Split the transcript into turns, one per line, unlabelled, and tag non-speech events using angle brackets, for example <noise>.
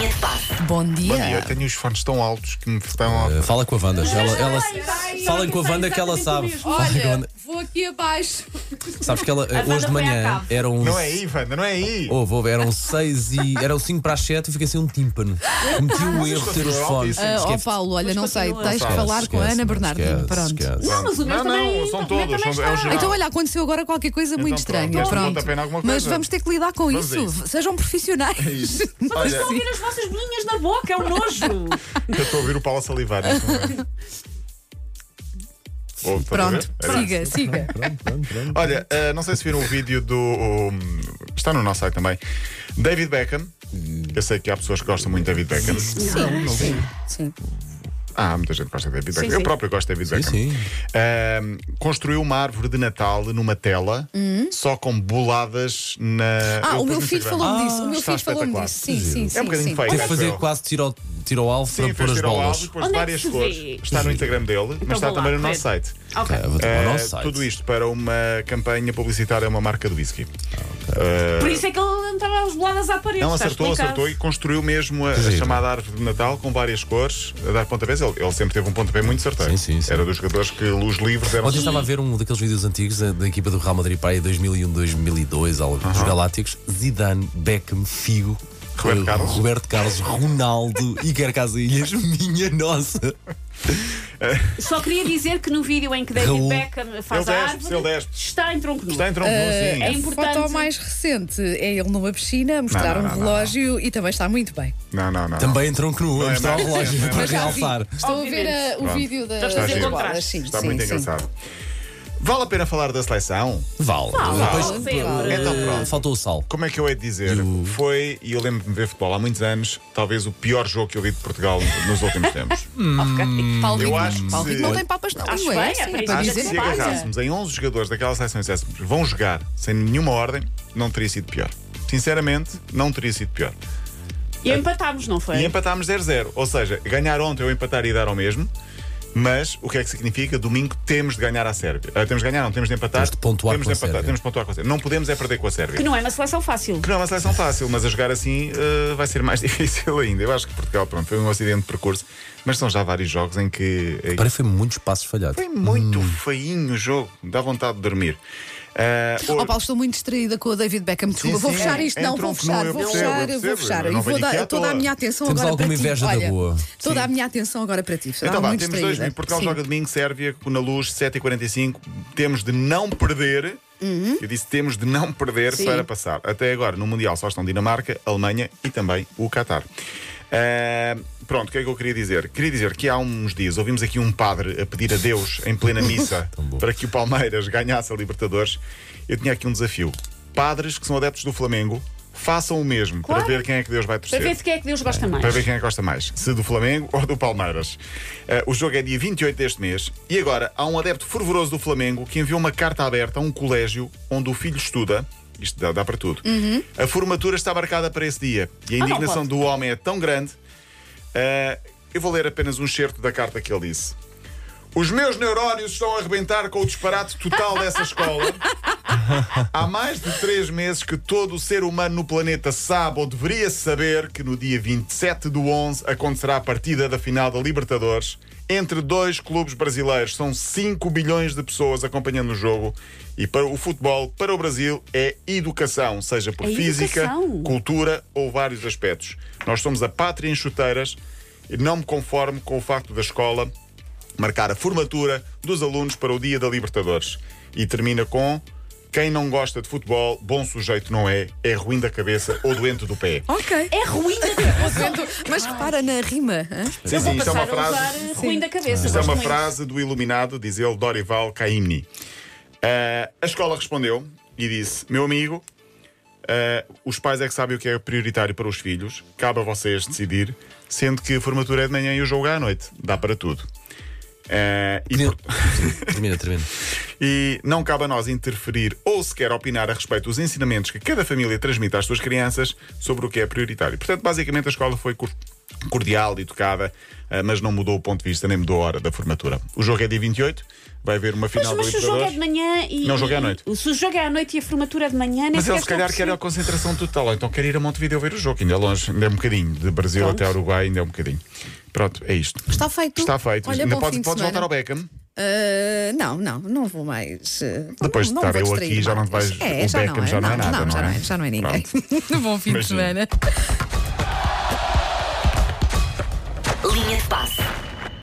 Bom dia.
Bom dia, eu tenho os fones tão altos que me estão. a-
Uh, Fala com a Wanda. Ela, ela,
vai,
falem com a
vai,
Wanda que ela sabe.
exatamente o mesmo.
Falem com a
Olha,
Wanda.
vou aqui abaixo.
Sabes que ela eh,
Wanda
hoje de
foi à
manhã um
cave.
eram.
Não é aí, Wanda, não é aí.
Houve, houve, Oh, eram 6 e. Eram 5 para as 7 e fiquei assim um tímpano.
Ah,
Cometi o erro de ter os
continuam altíssimos.
fones.
Ah, ó
Esquece.
Paulo, olha,
Mas
não sei,
continua.
tens que
Esquece,
falar com a
esquece,
Ana Bernardino.
esquece,
Pronto.
esquece.
Não, mas o meu
Não,
também.
não, são
o meu
todos,
também
são- é o
está.
geral.
Então, olha, aconteceu agora qualquer coisa muito
Então, pronto,
estranha.
deste
Pronto.
pontapé em alguma
Mas
coisa.
vamos ter que lidar com
Vamos a
isso.
isso.
Sejam profissionais.
É Isso.
Vocês
Olha,
estão a ouvir as vossas bolinhas na boca, é um
<laughs>
nojo.
eu estou a ouvir o Paulo a salivar. neste momento. Ouve, estás a ver?
Pronto,
É isso.
siga, siga.
Pronto, pronto, pronto.
Olha, eh, não sei se viram o vídeo do. um, está no nosso site também. David Beckham. Eu sei que há pessoas que gostam muito de David Beckham.
Sim, sim, sim.
Ah, há muita gente que gosta de David Beckham.
Sim,
Eu
sim.
próprio gosto de David Beckham.
sim.
Ahm, construiu uma árvore de Natal numa tela, só com boladas na.
Hum? Ah,
Eu
o
pus
meu
no
filho
Instagram.
falou-me disso. O meu
está
filho falou-me
espetacular.
disso. Sim, sim, sim.
É um bocadinho
sim.
feio.
Teve que fazer
Rafael.
quase tiro ao, tiro ao alvo
Sim,
para pôr
fez
as
tirar ao
bolas.
alvo, pôs
Onde é que
várias
se vê? Então
cores. Está no Instagram dele, mas está
vou lá
também no
ver.
nosso site.
Ok.
Ah, vou tomar o
Ah,
nosso site.
tudo isto para uma campanha publicitária, uma marca de whisky.
Por isso é que ele entrava aos boladas à parede.
Não
é está
acertou,
explicado.
acertou e construiu mesmo a, a
Giro.
chamada árvore de Natal com várias cores, a dar pontapés. Ele, ele sempre teve um pontapé muito certeiro.
Sim, sim, sim.
Era dos jogadores que os livros eram.
Ontem estava a ver um daqueles vídeos antigos da, da equipa do Real Madrid para aí 2001, 2002, algo, dos Galácticos, Zidane, Beckham, Figo.
Roberto
eh,
Carlos.
Roberto Carlos, Ronaldo, <laughs> Iker Casillas, minha nossa.
Só queria dizer que no vídeo em que David
Raul.
Beckham
Ele
faz a
despe, ele
árvore,
despe.
está em tronco nu.
Está em tronco nu, sim.
é
A
importante.
foto mais recente é ele numa piscina a mostrar
Não, não,
um
não, não,
relógio e também está muito bem.
Não, não, não.
Também entrou que nu, a
é
mostrar o
mais-
relógio
não é
para
mais-
realçar.
Estou a ver ah, o
Pronto.
vídeo da
Vamos fazer
das
contraste.
bolas, sim,
Está
sim,
muito
sim.
engraçado. Vale a pena falar da seleção?
Vale.
Vale,
Depois,
sempre.
É tão
eh,
pronto.
faltou o sal.
Como é que eu hei de dizer? Foi, e eu lembro-me de ver futebol há muitos anos, talvez o pior jogo que eu vi de Portugal nos últimos tempos.
Paulo
Eu
Rico,
acho que
Paulo
se-
Rico não tem papas na
Acho
língua.
bem,
é assim,
é
para
para isso.
Acho
<laughs>
que
dizer
se
é pá.
agarrássemos em 11 jogadores daquela seleção e disséssemos vão jogar sem nenhuma ordem, não teria sido pior. Sinceramente, não teria sido pior.
E empatámos, não foi?
E empatámos 0-0. Ou seja, ganhar ontem ou empatar e dar ao mesmo. Mas o que é que significa? Domingo temos de ganhar à Sérvia. Ah, temos de ganhar, não, temos de empatar.
Temos de pontuar
temos
com a
de empatar,
Sérvia.
temos de pontuar com a Sérvia. Não podemos é perder com a Sérvia.
Que não é uma seleção fácil.
Que não é uma seleção fácil, mas a jogar assim eh, vai ser mais <laughs> difícil ainda. Eu acho que Portugal, pronto, foi um acidente de percurso, mas são já vários jogos em que. eh,
Parece que foi muitos passos falhados.
foi muito feinho o jogo, dá vontade de dormir. Ah,
Oh,
hoje-
Paulo, estou muito distraída com o David Beckham. Desculpa,
Sim,
vou
sim.
fechar isto,
É,
não, vou
entrou um fenómeno,
fechar,
eu
vou
percebo, eu
fechar, vou
percebo.
fechar.
Eu
E
não
vou
venho aqui
dar
à
toda a
toa.
minha atenção
Temos
agora
alguma
para ti.
inveja da
Olha,
boa.
Toda a minha atenção agora para ti.
Então
Estava
vá,
muito
temos dois.
distraída.
Portugal
Sim.
joga domingo, Sérvia, na luz, 7h45. Temos de não perder.
Uhum.
Eu disse temos de não perder para passar. Até agora, no Mundial, só estão Dinamarca, Alemanha e também o Qatar. Ah, pronto, o que é que eu queria dizer? Queria dizer que há uns dias ouvimos aqui um padre a pedir a Deus em plena missa
bom.
para que o Palmeiras ganhasse a Libertadores. Eu tinha aqui um desafio: padres que são adeptos do Flamengo, façam o mesmo
Claro.
para ver quem é que Deus vai torcer.
Para ver de quem é que Deus gosta mais.
Para ver quem é que gosta mais, se do Flamengo ou do Palmeiras. Eh, o jogo é dia 28 deste mês e agora há um adepto fervoroso do Flamengo que enviou uma carta aberta a um colégio onde o filho estuda. Isto dá, dá para tudo. A formatura está marcada para esse dia e a
Uhum. Ah, não
indignação
pode.
do homem é tão grande. eh, eu vou ler apenas um certo da carta que ele disse. Os meus neurónios estão a arrebentar com o disparate total dessa escola. Há mais de três meses que todo o ser humano no planeta sabe ou deveria saber que no dia 27 do 11 acontecerá a partida da final da Libertadores entre dois clubes brasileiros. São 5 bilhões de pessoas acompanhando o jogo e para o futebol, para o Brasil, é educação, seja por
É
física,
educação.
cultura ou vários aspectos. Nós somos a pátria em chuteiras e não me conformo com o facto da escola marcar a formatura dos alunos para o Dia da Libertadores. E termina com. Quem não gosta de futebol, bom sujeito não é, é ruim da cabeça ou doente do pé.
Ok.
É ruim da
Mas repara na rima. hã?
Sim,
Vou
sim, isto é
passar
uma
a usar
frase.
eh, ruim da
Isto
cabeça.
é
gosto
uma
muito.
frase do iluminado, diz ele, Dorival Caymmi. Ah, a escola respondeu e disse: Meu amigo, ah, os pais é que sabem o que é prioritário para os filhos, cabe a vocês decidir, sendo que a formatura é de manhã e o jogo é à noite, dá para tudo. Ah, e,
Termina,
por-
termina. termina.
e não cabe a nós interferir ou sequer opinar a respeito dos ensinamentos que cada família transmite às suas crianças sobre o que é prioritário. Portanto, basicamente a escola foi cur- cordial, educada, eh, mas não mudou o ponto de vista nem mudou a hora da formatura. O jogo é dia 28, vai haver uma
Mas,
final
mas
do
se o jogo é
Libertadores.
de manhã e.
Não, o jogo é à noite.
e- Se o jogo é à noite e a formatura é de manhã, nem
Mas
sequer
ele se
estou a
calhar quer a
perceber.
concentração total, ou então quer ir a Montevideo ver o jogo, ainda é longe, ainda é um bocadinho, de Brasil
Pronto. Então,
até Uruguai, ainda é um bocadinho. Pronto, é isto.
Está feito.
Está feito.
Olha,
ainda
bom
podes,
fim de
podes voltar
semana.
ao Beckham.
Ah, não, não, não vou mais. ah,
Depois de
não,
estar
não
eu
vou distrair
aqui, já não
mais.
vais-
É,
o
já não
Beckham
é,
já não é nada,
já
não é?
já não é ninguém. <laughs> Bom fim de
Beijinho.
semana.